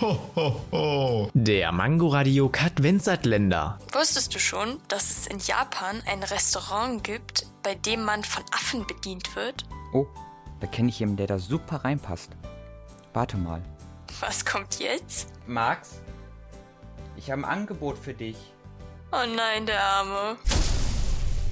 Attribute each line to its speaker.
Speaker 1: Ho, ho, ho. Der Mangoradiokat Adventsatländer.
Speaker 2: Wusstest du schon, dass es in Japan ein Restaurant gibt, bei dem man von Affen bedient wird?
Speaker 3: Oh, da kenne ich jemanden, der da super reinpasst. Warte mal.
Speaker 2: Was kommt jetzt?
Speaker 3: Max, ich habe ein Angebot für dich.
Speaker 2: Oh nein, der Arme.